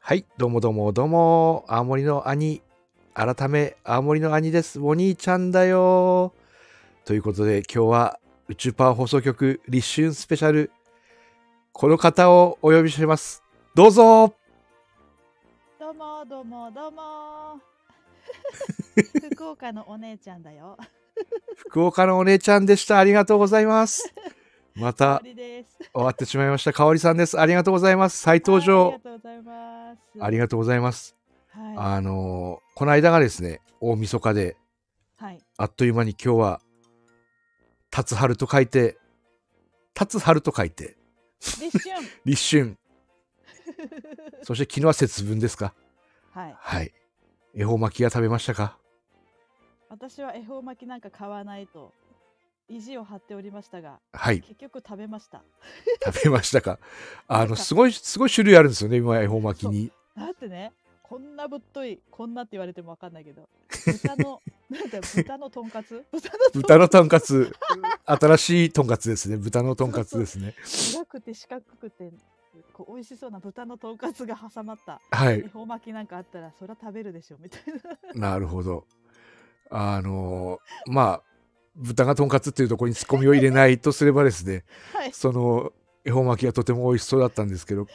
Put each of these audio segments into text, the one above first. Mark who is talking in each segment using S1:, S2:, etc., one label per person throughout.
S1: はい、どうもどうもどうも、青森の兄、改め青森の兄です、お兄ちゃんだよ。ということで、今日は宇宙パワー放送局立春スペシャル、この方をお呼びします。どうぞ
S2: どうもどうもど うも福岡のお姉ちゃんだよ。
S1: 福岡のお姉ちゃんでした。ありがとうござい ます。ま
S2: あ
S1: た
S2: りです。
S1: 終わってしまいました。香織さんです。ありがとうございます。再登
S2: あ
S1: 場
S2: りが。とうございます。
S1: ありがとうございます。
S2: は
S1: あのーこの間がですね、大晦日で、
S2: い。はい。
S1: あっという間に今日は、立春と書いて、立春と書いて、
S2: 立春。
S1: 立春。そして昨日は節分ですか。
S2: はい。
S1: はい。恵方巻きが食べましたか
S2: 私は恵方巻きなんか買わないと意地を張っておりましたが、
S1: はい。
S2: 結局食べました。
S1: 食べましたか。あの、
S2: 食べた
S1: すごい、すごい種類あるんですよね、今、恵方巻きに。
S2: だってね、こんなぶっとい、こんなって言われてもわかんないけど、豚の、なんだよ豚のとんかつ豚のとん
S1: 豚のとんかつ新しいとんかつですね豚のとんかつですね
S2: 長くて四角くて、こう美味しそうな豚のとんかつが挟まった
S1: はい
S2: 恵方巻きなんかあったら、そりゃ食べるでしょ、みたいな。
S1: なるほどあのーまあ豚がとんかつっていうところにツッコミを入れないとすればですね
S2: はい、
S1: その恵方巻きがとても美味しそうだったんですけど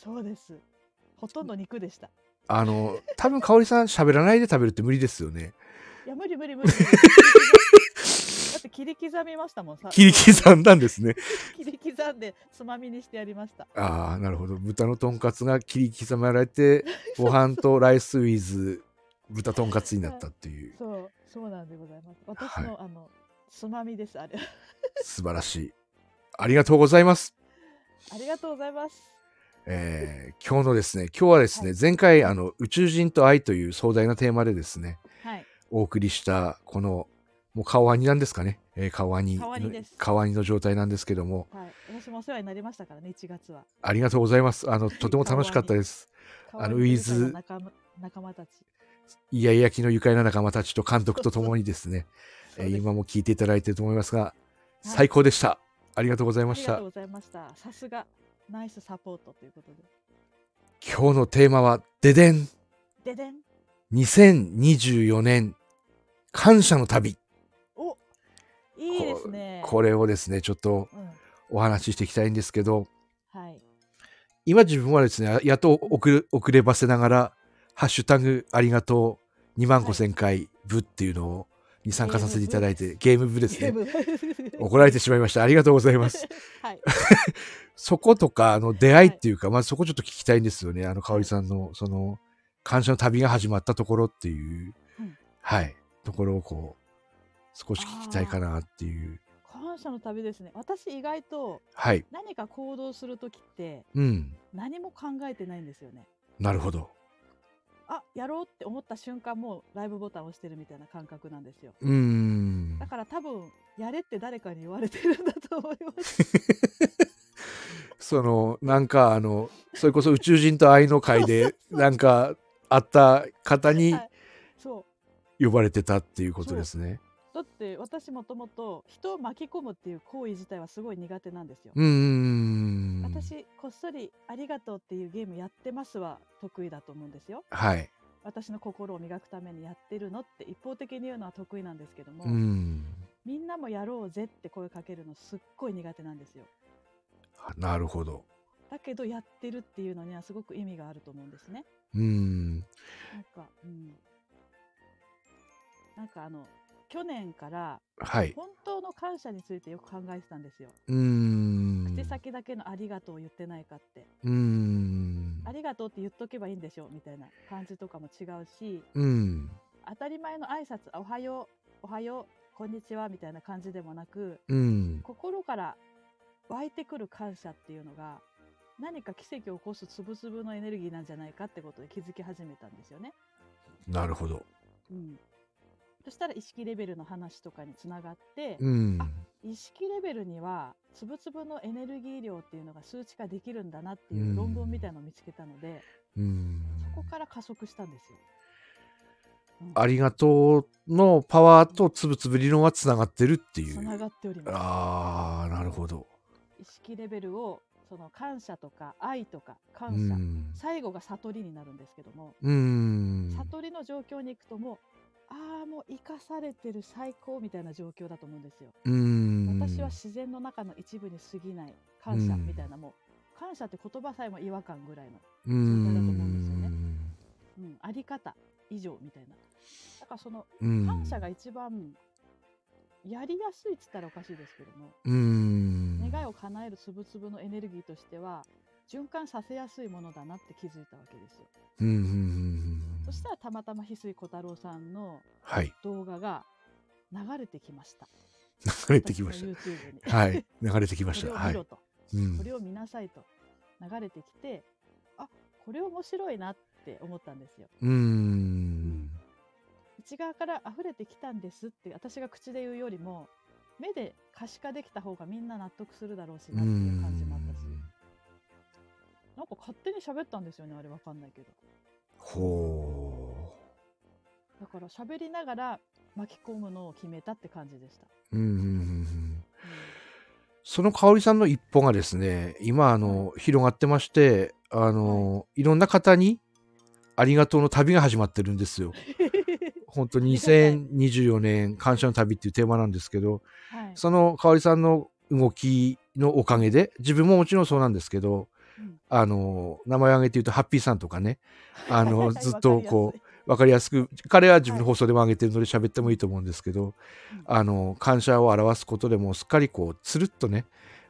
S2: そうです。ほとんど肉でした。
S1: あの多分香織さん喋らないで食べるって無理ですよね
S2: いや、無理 無理無理。無理だって切り刻みましたもんさ。
S1: 切り刻んだんですね
S2: 切り刻んでつまみにしてやりました。
S1: ああなるほど豚のとんかつが切り刻まれてご飯とライスウィズ豚とんかつになったっていう
S2: そう、そうなんでございます。私の、あの、つまみです、あれ。
S1: 素晴らしいありがとうございます
S2: ありがとうございます。
S1: えー今日のですね、今日はですね、
S2: はい
S1: 前回あの宇宙人と愛という壮大なテーマでですね、
S2: はい、
S1: お送りしたこのもう顔ワニなんですかね、えー、顔ワニ
S2: 顔ワニです
S1: 顔ワニの状態なんですけども、
S2: はい、私もお世話になりましたからね、1月は。
S1: ありがとうございます。あのとても楽しかったです。あの
S2: 可愛い
S1: ウィズ
S2: ベルカの仲間仲間たち。
S1: イヤイヤ期の愉快な仲間たちと監督とともにですね、
S2: そ
S1: え
S2: う
S1: ー
S2: です
S1: 今も聞いていただいていると思いますが、最高でした。ありがとうござい
S2: あ
S1: ま
S2: り
S1: し
S2: が
S1: た
S2: とう。ございました。さすが、ナイスサポートということで。
S1: 今日のテーマはででん
S2: ででん
S1: 2024年感謝の旅。
S2: おいいですね。
S1: これをですね、ちょっと
S2: うん、
S1: お話ししていきたいんですけど、
S2: はい。
S1: 今自分はですね、やっと遅れ遅ればせながら、ハッシュタグありがとう2万5千回部っていうのをに参加させていただいて、ゲーム部です
S2: ゲー
S1: ね。
S2: ム
S1: 怒られてしまいました。ありがとうございます。
S2: はい。
S1: そことか、あの、出会いっていうか、まあそこちょっと聞きたいんですよね。あの、香織さんの、その、感謝の旅が始まったところっていう、
S2: うん
S1: はい、ところをこう、少し聞きたいかなっていう。
S2: 感謝の旅ですね。私意外と
S1: はい。
S2: 何か行動するときって
S1: うん。
S2: 何も考えてないんですよね。
S1: なるほど。
S2: あ、やろうって思った瞬間もうライブボタンを押してるみたいな感覚なんですよ。
S1: うーん
S2: だ。から多分やれって誰かに言われてるんだと思い ます。
S1: そのなんかあのそれこそ宇宙人と愛の会 でなんか会った方に
S2: はいそう。
S1: 呼ばれてたっていうことですね。
S2: だって私もともと人を巻き込むっていう行為自体はすごい苦手なんですよ。
S1: うーん。
S2: 私こっそりありがとうっていうゲームやってますは得意だと思うんですよ。
S1: はい。
S2: 私の心を磨くためにやってるのって一方的に言うのは得意なんですけども、
S1: うん。
S2: みんなもやろうぜって声かけるのすっごい苦手なんですよ
S1: なるほど。
S2: だけどやってるっていうのにはすごく意味があると思うんですね
S1: うーん。
S2: なんかうんなんかあの去年から
S1: はい。
S2: 本当の感謝についてよく考えてたんですよ、
S1: うーん。
S2: 口先だけのありがとうを言ってないかって
S1: うーん
S2: あ。りがとうって言っとけばいいんでしょみたいな感じとかも違うし
S1: うん。
S2: 当たり前の挨拶あおはようおはようこんにちはみたいな感じでもなく
S1: うん。
S2: 心から湧いてくる感謝っていうのが何か奇跡を起こすつぶつぶのエネルギーなんじゃないかってことで気づき始めたんですよね。
S1: なるほど。
S2: うん、そしたら意識レベルの話とかにつながって、
S1: うん。
S2: 意識レベルにはつぶつぶのエネルギー量っていうのが数値化できるんだなってい
S1: うん
S2: う論文みたいのを見つけたので、
S1: うん。
S2: そこから加速したんですよ。
S1: ありがとうのパワーとつぶつぶ理論はつながってるってい
S2: つな
S1: う。
S2: がっておりま
S1: ああ、なるほど。
S2: す意識レベルをその感謝とか愛とか
S1: う
S2: 感謝、
S1: ん。
S2: 最後が悟りになるんですけども、
S1: うん。
S2: 悟りの状況に行くともうああもう生かされてる最高みたいな状況だと思うんですよ、
S1: うん。
S2: 私は自然の中の一部に過ぎない感謝みたいな、もう感謝って言葉さえも違和感ぐらいの
S1: う
S2: 態だと思うんですよね
S1: ん。
S2: うん、あり方以上みたいな。だからその
S1: うん
S2: 感謝が一番やりやすいっつったらおかしいですけども、
S1: うん。
S2: 願いを叶えるつぶつぶのエネルギーとしては循環させやすいものだなって気づいたわけですよ。
S1: うんうんうんうん
S2: そしたらたまたま翡翠小太郎さんの
S1: はい。
S2: 動画が流れてきました。
S1: 流れてきまし
S2: 私の YouTube に。
S1: た。はい。流れてきまし
S2: これ
S1: た。
S2: を
S1: は
S2: 見
S1: い
S2: ろ。と、
S1: うん
S2: これを見なさいと流れてきて、あこれ面白いなって思ったんですよ。
S1: うん。
S2: 内側から溢れてきたんですって私が口で言うよりも目で可視化できた方がみんな納得するだろうし
S1: う
S2: なっていう感じもあったし
S1: ん
S2: なんか勝手に喋ったんですよねあれわかんないけど
S1: ほ
S2: だから喋りながら巻き込むのを決めたって感じでした、
S1: う。うんうんうんうん。その香織さんの一歩がですね、今、あの、広がってまして、あの、い、ろんな方に、ありがとうの旅が始まってるんですよ。本当に
S2: あり
S1: 2024年、感謝の旅っていうテーマなんですけど、
S2: うんはい
S1: その香織さんの動きのおかげで、自分ももちろんそうなんですけど、
S2: うん
S1: あの、名前を挙げて言うと、ハッピーさんとかね、あの、
S2: わかりやすい
S1: ずっとこう、わかりやすく、彼は自分の放送でも挙げてるので喋ってもいいと思うんですけど、
S2: うん
S1: あの感謝を表すことでもうすっかりこうつるっとね、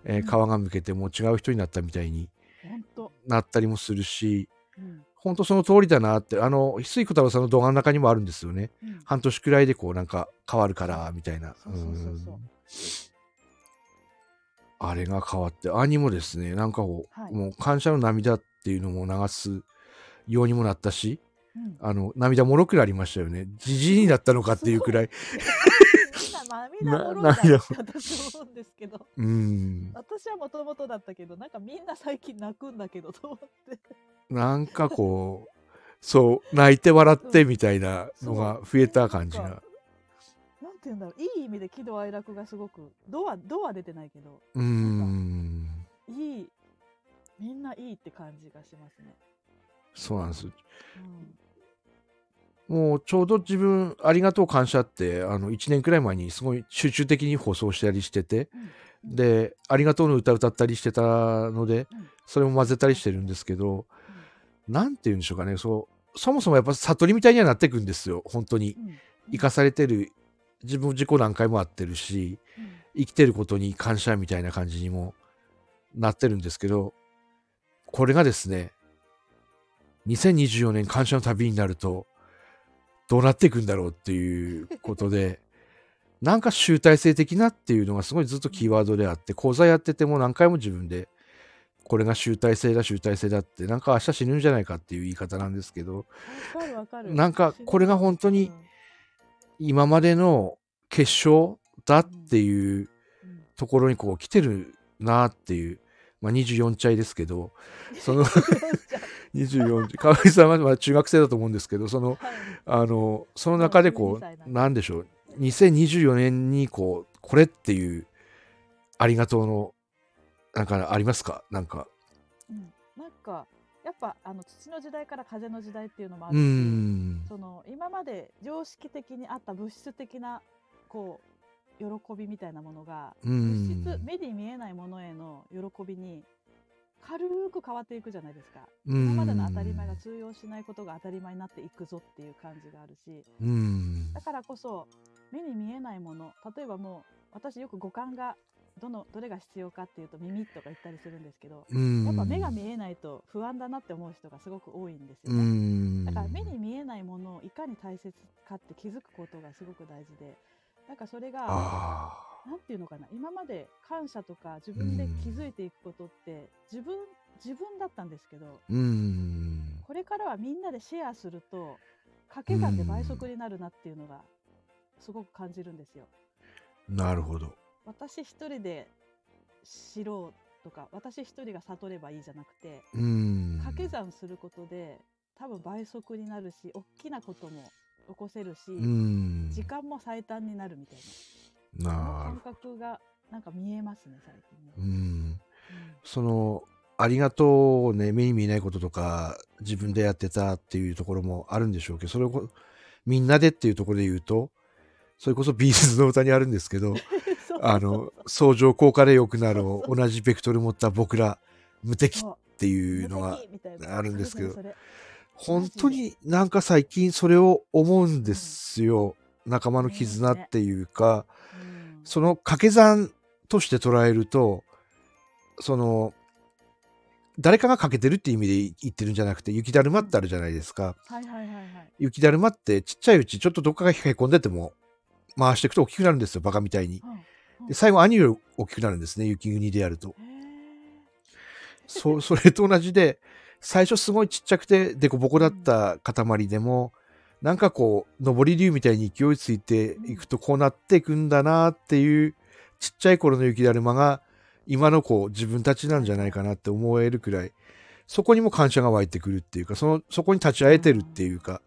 S1: えー
S2: うん
S1: 皮がむけてもう違う人になったみたいに
S2: ほんと、
S1: なったりもするし
S2: うん
S1: 本当その通りだなってあの翡翠小太郎さんの動画の中にもあるんですよね
S2: うん
S1: 半年くらいでこうなんか変わるからみたいな
S2: そうそうそうそう
S1: うんあれが変わって兄もですねなんかこう、
S2: はい
S1: もう感謝の涙っていうのも流すようにもなったし
S2: うん
S1: あの涙もろくなりましたよねじじいになったのかっていうくらい
S2: みんな涙もろい
S1: な
S2: だろ
S1: 涙
S2: うって私思うんですけど
S1: うん
S2: 私はもともとだったけどなんかみんな最近泣くんだけどと思って
S1: なんかこう、そう、泣いて笑ってみたいなのが増えた感じ
S2: なん
S1: が
S2: か。なんて言うんだろういい意味で喜怒哀楽がすごくドアドア出てないけど
S1: うーん、
S2: いいみんないいって感じがしますね。
S1: そうなんです。
S2: うん
S1: もうちょうど自分、ありがとう感謝って、あの、1年くらい前にすごい集中的に放送したりしてて、
S2: うん
S1: で、ありがとうの歌歌ったりしてたので、
S2: うん
S1: それも混ぜたりしてるんですけど、なんて言うんでしょうかね、そう、そもそもやっぱ悟りみたいにはなってくんですよ、本当に
S2: う。んうん
S1: 生かされてる、自分自己何回もあってるし、
S2: うん
S1: 生きてることに感謝みたいな感じにもなってるんですけど、これがですね、2024年感謝の旅になると、どうなっていくんだろうっていうことで、 なんか集大成的なっていうのがすごいずっとキーワードであって、講座やってても何回も自分で、これが集大成だ、集大成だって、なんか明日死ぬんじゃないかっていう言い方なんですけど、
S2: わかるわかる。
S1: なんかこれが本当に今までの結晶だっていう、
S2: うん、うん
S1: ところにこう来てるなっていう、まあ、24歳ですけどそ の 24歳河合さんはまあ中学生だと思うんですけどその
S2: はい
S1: あのその中でこ
S2: 12歳なん
S1: う
S2: で
S1: なんでしょう2024年にこうこれっていうありがとうのなんかありますかなんか
S2: うんなんかやっぱあの土の時代から風の時代っていうのもあ
S1: うー
S2: るし、
S1: ん
S2: その今まで常識的にあった物質的なこう喜びみたいなものが
S1: うー
S2: 物質
S1: ん
S2: 目に見えないものへの喜びに軽く変わっていくじゃないですか
S1: うー
S2: 今
S1: ん
S2: までの当たり前が通用しないことが当たり前になっていくぞっていう感じがあるし
S1: うーん
S2: だからこそ目に見えないもの例えばもう私よく五感がどのどれが必要かっていうと耳とか言ったりするんですけど
S1: うーん
S2: やっぱ目が見えないと不安だなって思う人がすごく多いんです
S1: うー
S2: よね。
S1: ん
S2: だから目に見えないものをいかに大切かって気づくことがすごく大事でなんかそれが
S1: あ
S2: なんていうのかな今まで感謝とか自分で気づいていくことって自分自分だったんですけど
S1: ーうーん
S2: これからはみんなでシェアすると掛け算で倍速になるなっていうのがすごく感じるんですよ。
S1: なるほど
S2: 私一人で知ろうとか私一人が悟ればいいじゃなくて
S1: うーん
S2: 掛け算することで多分倍速になるし大きなことも起こせるし、
S1: うん。
S2: 時間も最短になるみたいなその
S1: な
S2: 感
S1: る。
S2: 覚がなんか見えますね最近ね、
S1: うん。
S2: うん
S1: その、ありがとうをね、目に見えないこととか、自分でやってたっていうところもあるんでしょうけど、それをこみんなでっていうところで言うと、それこそビーズの歌にあるんですけ ど、
S2: そう
S1: あの、相乗効果で良くなるを同じベクトル持った僕ら、無敵っ
S2: そ
S1: て
S2: う
S1: いうのが
S2: 無、敵みたい
S1: あるんですけど
S2: それそれ
S1: 本当になんか最近それを思うんですよ。仲間の絆っていうか、
S2: それうん
S1: その掛け算として捉えると、その、誰かが欠けてるって意味で言ってるんじゃなくて、雪だるまってあるじゃないですか。
S2: はいはいはいはい
S1: 雪だるまってちっちゃいうちちょっとどっかがへこんでても、回していくと大きくなるんですよ、バカみたいに。
S2: うん
S1: で、最後兄より大きくなるんですね、雪国でやると。
S2: うんへ
S1: そう、 それと同じで、最初すごいちっちゃくて、デコボコだった塊でも、なんかこう、上り竜みたいに勢いついていくと、こうなっていくんだなっていう、ちっちゃい頃の雪だるまが、今のこう、自分たちなんじゃないかなって思えるくらい、そこにも感謝が湧いてくるっていうか、その、そこに立ち会えてるっていうか、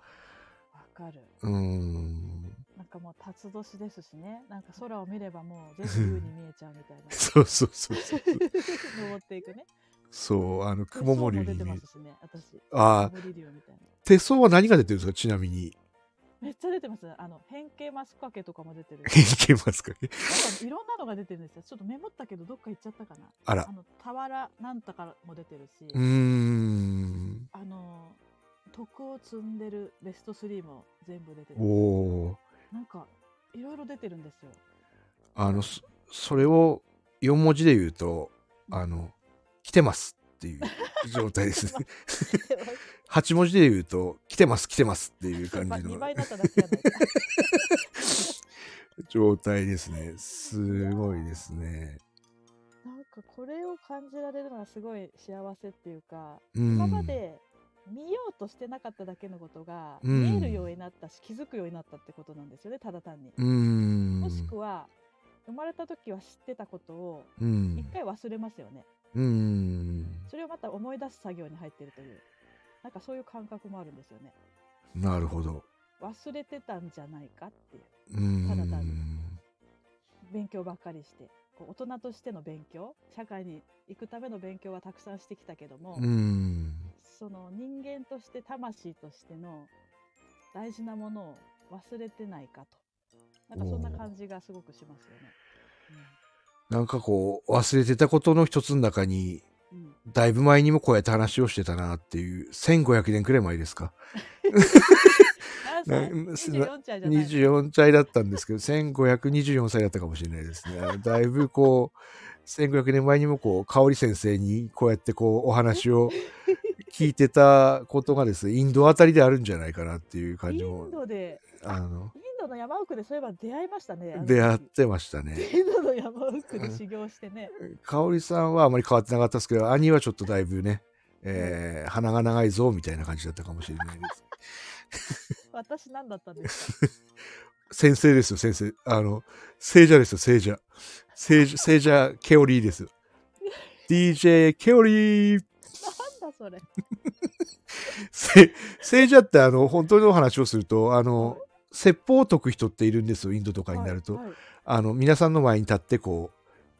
S2: ーわかる
S1: うーん、
S2: なんかもう辰年ですしねなんか空を見ればもう全部優に見えちゃうみたいな
S1: そうそうそうそう。
S2: 登っていくね
S1: そう、あの、
S2: で
S1: 雲森
S2: 層も出
S1: に
S2: て
S1: 見え
S2: ま
S1: る
S2: す。しね私
S1: ああ、
S2: 森流みたいな
S1: 手相は何が出てるんですか、ちなみに。
S2: めっちゃ出てますあの変形マスク掛けとかも出てる
S1: いけますか ね。
S2: なんかいろんなのが出てるんですよ。ちょっとメモったけど、どっか行っちゃったかな。
S1: あら
S2: あ。の、俵なんたからも出てるし、
S1: うーん。
S2: あの、徳を積んでるベスト3も全部出てる
S1: お。お
S2: なんか、いろいろ出てるんですよ。
S1: ー。あの、そそれを4文字で言うと、あの、来てますっていう状態です ね。8文字で言うと、来てます、来てますっていう 感 じ
S2: 2
S1: の
S2: 倍だっただけじゃないか。
S1: 状態ですね。すごいですね。
S2: なんか、これを感じられるのはすごい幸せっていうか、
S1: う
S2: 今ま
S1: ん。
S2: で見ようとしてなかっただけのことが、
S1: うん
S2: 見えるようになったし、気づくようになったってことなんですよね、ただ単に。
S1: うーん
S2: もしくは、生まれた時は知ってたことを、
S1: うん
S2: 一回忘れますよね。
S1: うん。
S2: それをまた思い出す作業に入ってるという、なんかそういう感覚もあるんですよね。
S1: なるほど。
S2: 忘れてたんじゃないかっていう。
S1: うー
S2: ただ単に
S1: ん。
S2: 勉強ばっかりして。こう大人としての勉強、社会に行くための勉強はたくさんしてきたけども、
S1: うん。
S2: その人間として魂としての大事なものを忘れてないかと。なんかそんな感じがすごくしますよね。
S1: なんかこう、忘れてたことの一つの中に、
S2: うんうん、
S1: だいぶ前にもこうやって話をしてたなっていう、1500年くらい前ですか。
S2: 何歳
S1: な
S2: ?24 歳じゃないの
S1: 24歳だったんですけど、1524歳だったかもしれないですね。あのだいぶこう、1500年前にもこう、香織先生にこうやってこう、お話を聞いてたことがですね、インドあたりであるんじゃないかなっていう感
S2: イ
S1: じも
S2: ン、ドで、
S1: あの、
S2: インドの山奥でそういえば出会いましたね。あの時
S1: 出会ってましたね。
S2: インドの山奥で修行して ね。
S1: 香織さんはあまり変わってなかったですけど、兄はちょっとだいぶね、えー鼻が長いぞみたいな感じだったかもしれないです。
S2: 私何だったんですか
S1: 先生ですよ、先生。あの、聖者ですよ、聖者。聖 者、聖者、ケオリーですよ。DJ ケオリー
S2: なんだそれ。
S1: せ聖者ってあの、本当のお話をすると、あの、説法を解く人っているんですよ、インドとかになると。
S2: はいはい
S1: あの、皆さんの前に立って、こ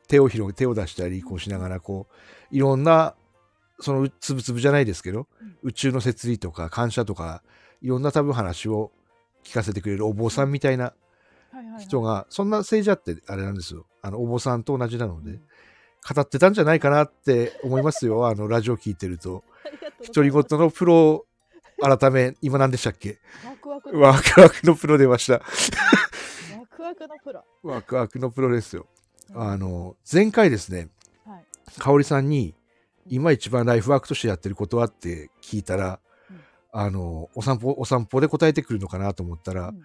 S1: う、手を広げ、手を出したり、こうしながら、こう、いろんな、その、つぶつぶじゃないですけど、
S2: うん
S1: 宇宙の摂理とか、感謝とか、いろんな多分話を聞かせてくれるお坊さんみたいな
S2: はいはいはい
S1: 人が、そんな聖者ってあれなんですよ。あの、お坊さんと同じなの
S2: うん
S1: で、語ってたんじゃないかなって思いますよ。 あの、ラジオ聞いてると。
S2: ありがとうござ
S1: 独
S2: い
S1: り
S2: ま
S1: 言
S2: す
S1: のプロ、改め、今何でしたっけ
S2: ワクワクの
S1: ワクワクのプロ出ました。
S2: ワクワクのプロ。
S1: ワクワクのプロですよ。
S2: うん
S1: あの、前回ですね、
S2: はい。
S1: 香織さんに、今一番ライフワークとしてやってることはって聞いたら
S2: うん、
S1: あの、お散歩、お散歩で答えてくるのかなと思ったら
S2: うん、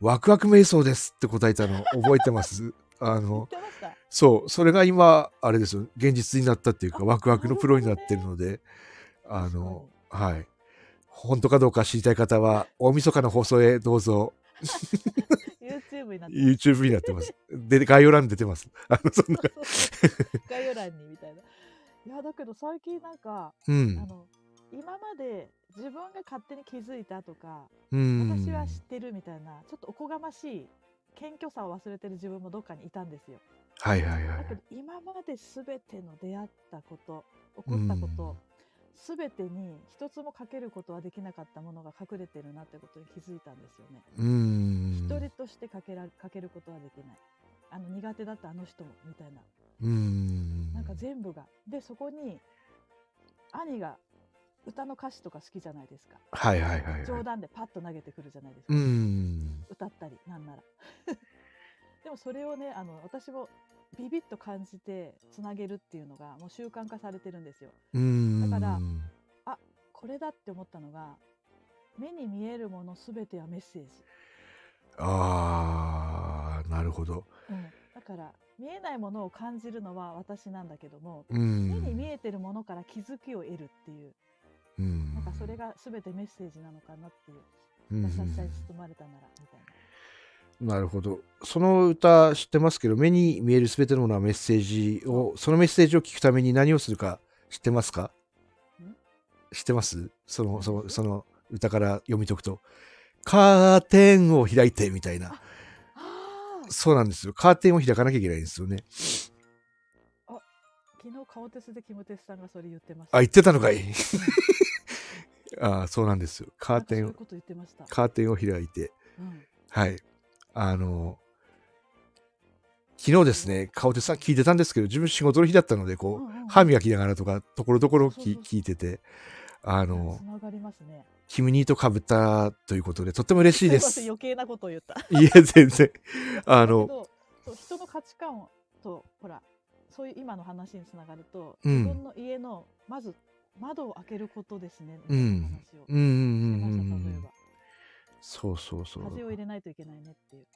S1: ワクワク瞑想ですって答えたの覚えてます。あ
S2: 言
S1: の
S2: っ、てました。
S1: そう、それが今、あれですよ、現実になったっていうか、ワクワクのプロになってるので、あの、はい。本当かどうか知りたい方は、大晦日の放送へどうぞ、
S2: YouTube になってま
S1: YouTube になってます。で、概要欄に出てます。あの、そんな、
S2: す。概要欄にみたいな。いやだけど最近なんか、
S1: う
S2: あ
S1: ん。
S2: の今まで自分が勝手に気づいたとか、
S1: うん。
S2: 私は知ってるみたいなちょっとおこがましい謙虚さを忘れてる自分もどっかにいたんですよ
S1: はいはいは
S2: だけ
S1: い
S2: ど。今まで全ての出会ったこと起こったこと、全てに一つもかけることはできなかったものが隠れてるなってことに気づいたんですよね
S1: うん。
S2: 一人としてかけらかけることはできないあの苦手だったあの人もみたいな
S1: うん。
S2: なんか全部がでそこに兄が歌の歌詞とか好きじゃないですか
S1: はいはいはいはい。
S2: 冗談でパッと投げてくるじゃないですか、
S1: うん。
S2: 歌ったりなんなら でもそれをねあの私もビビッと感じてつなげるっていうのがもう習慣化されてるんですよ
S1: うん。
S2: だからこれだって思ったのが目に見えるもの全てはメッセージ、
S1: ああ、なるほど。
S2: うん、だから見えないものを感じるのは私なんだけども
S1: うん。
S2: 目に見えてるものから気づきを得るっていう
S1: うん。
S2: なんかそれが全てメッセージなのかなっていう
S1: うん、
S2: 優しさに包まれたならみたいな
S1: なるほど。その歌知ってますけど、目に見えるすべてのものはメッセージを、そのメッセージを聞くために何をするか知ってますか知ってますその、その、その歌から読み解くと。カーテンを開いてみたいな。
S2: あー
S1: そうなんですよ。カーテンを開かなきゃいけないんですよね。
S2: 昨日顔鉄でキムテスさんがそれ言ってました
S1: あ、言ってたの かいあーそうなんですよ。カーテン
S2: なん
S1: を
S2: かそういう、こと言ってました、
S1: カーテンを開いて。
S2: うん
S1: はい。あの、昨日ですね、顔でさん聞いてたんですけど、自分仕事の日だったので、こう、
S2: うんうんうん
S1: 歯磨きながらとか、ところどころ
S2: そうそ
S1: き
S2: うそう
S1: 聞いてて、あの
S2: つ、ながりますね。
S1: キムニーとかぶったということで、とっても嬉しいで
S2: いませ
S1: す。
S2: ん
S1: い
S2: 余計なことを言った。
S1: え、全然。あ
S2: だけ
S1: の、
S2: どそう人の価値観をとほらそういう今の話につながると、
S1: うん
S2: 自分の家のまず窓を開けることですね。
S1: うん
S2: みたいな話を
S1: うんうん
S2: して
S1: う
S2: ま
S1: んうんう
S2: した例え
S1: ん。そうそうそ
S2: ば風を入
S1: う。
S2: れないといけないねっていう。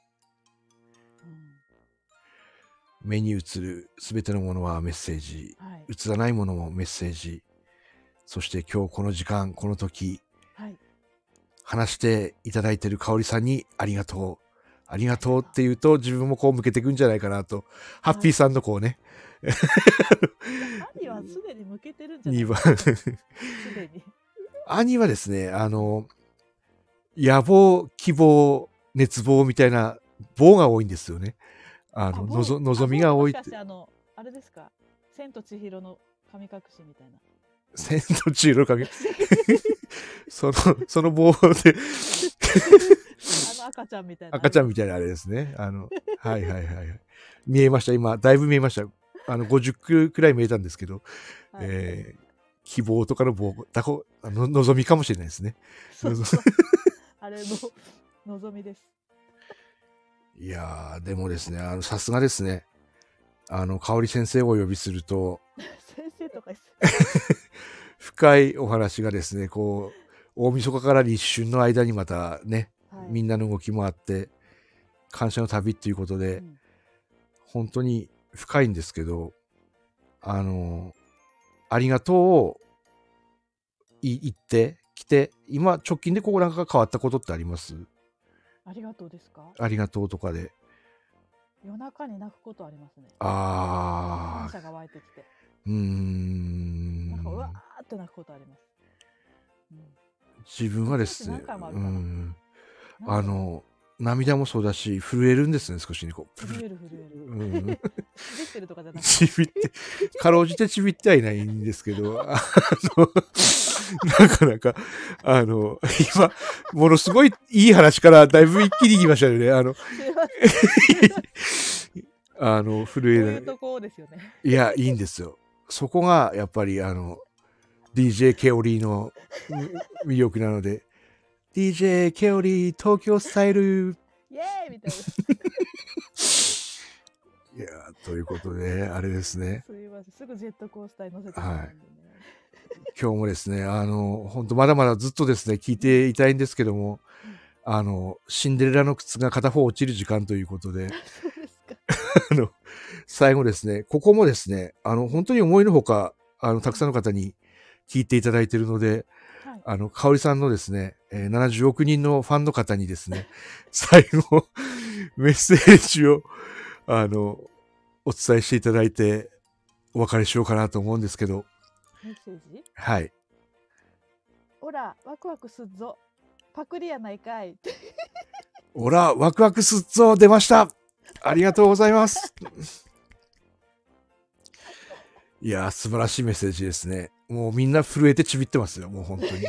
S1: 目に映るすべてのものはメッセージ。
S2: うん、はい
S1: 映らないものもメッセージ。そして今日この時間、この時、
S2: はい。
S1: 話していただいてる香織さんにありがとう。ありがとうって言うと自分もこう向けていくんじゃないかなと。ハッピーさんのこうね、
S2: 兄はすでに向けてるんじゃない
S1: 2
S2: で
S1: 番。
S2: すか。すで に。
S1: 兄はですね、あの、野望、希望、熱望みたいな棒が多いんですよね。あの、
S2: あ
S1: のぞ
S2: 某
S1: 望みが多いっ
S2: あ某もしかして
S1: て。
S2: あのあれですか。千と千尋の神隠しみたい な。
S1: 千と千尋の 影。その、その棒で、
S2: あの赤ちゃんみたいな。
S1: 赤ちゃんみたいなあれですね。あの、はいはいはいはい。見えました。今、だいぶ見えました。あの、50くらい見えたんですけど。
S2: はい
S1: えー希望とかの棒だこあの望みかもしれないですね。
S2: そうそう あれの望みです。
S1: いやーでもですねあのさすがですねあの香織先生をお呼びすると
S2: 先生とかです。
S1: 深いお話がですねこう大晦日から立春の間にまたね、
S2: はい
S1: みんなの動きもあって感謝の旅っていうことで、
S2: うん
S1: 本当に深いんですけどあのありがとうをい言ってきて今直近でこうなんか変わったことってあります
S2: ありがとうですか。
S1: ありがとうとかで
S2: 夜中に泣くことありますね。
S1: ああ、
S2: 感謝が湧いてきて、
S1: うーん
S2: なんかうわーって泣くことあります。うん
S1: 自分はですね
S2: 何回もあ
S1: う
S2: る
S1: ー
S2: かなんなんか
S1: あの涙もそうだし震えるんですね少しねこう
S2: 震える震える。
S1: うん
S2: ちびってるとかじゃ なくて。
S1: ちびってかろうじてちびってはいないんですけど あのなかなかあの今ものすごいいい話からだいぶ一気にいきましたよねあの
S2: すいませんこ
S1: あの
S2: う
S1: 震え
S2: い
S1: な
S2: う
S1: い
S2: とこですよね。
S1: いや、いいんですよ。そこがやっぱりあの DJ ケオリーのうん魅力なので DJ ケオリー東京スタイル
S2: イエーイみたいな。す
S1: いやーということであれですね
S2: いません。すぐジェットコースターに乗せてしまうんでね。
S1: 今日もですねあの本当まだまだずっとですね聞いていたいんですけどもあのシンデレラの靴が片方落ちる時間ということで
S2: そうですか。
S1: あの最後ですねここもですねあの本当に思いのほかあのたくさんの方に聞いていただいているので
S2: はい。
S1: あの、香織さんのですね、えー70億人のファンの方にですね、 最後、メッセージを、あの、お伝えしていただいて、お別れしようかなと思うんですけど、
S2: メッセージ。
S1: はい。
S2: ほらワクワクすっぞパクリやないかいって
S1: おら、ワクワクすっぞ、出ました。ありがとうございます。いやー、素晴らしいメッセージですね。もうみんな震えてちびってますよ、もう本当に。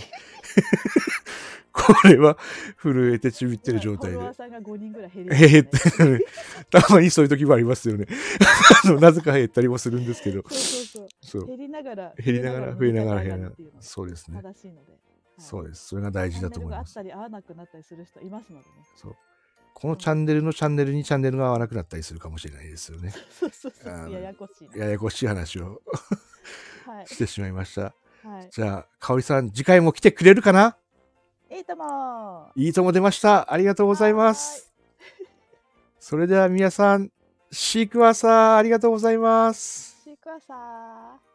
S1: これは震えてちびってる状態
S2: フ
S1: で
S2: ォロ。ワーさんが5人ぐらい減り ましたね
S1: へえって、たまにそういう時もありますよね。 あのなぜか減ったりもするんですけど。
S2: そうそう
S1: そ
S2: そう
S1: う、
S2: 減りながら
S1: 減りながら増えながら減
S2: 減
S1: ら
S2: り
S1: な
S2: っていうの
S1: そうですね
S2: が。正しいので、はい
S1: そうです。それが大事だと思いま
S2: チ
S1: す
S2: ャ。ンネルがあったり合わなくなったりする人いますのでね。
S1: そう。このチャンネルのチャンネルにチャンネルが合わなくなったりするかもしれないですよね。
S2: そうそうそ
S1: あの
S2: う。ややこしいね。
S1: ややこしい話を
S2: はい
S1: してしまいました。
S2: はい。
S1: じゃあ、かおりさん、次回も来てくれるかない
S2: いとも。
S1: いいとも出ました。ありがとうございます。それでは皆さん、シークワーサー、ありがとうございます。
S2: シークワーサー。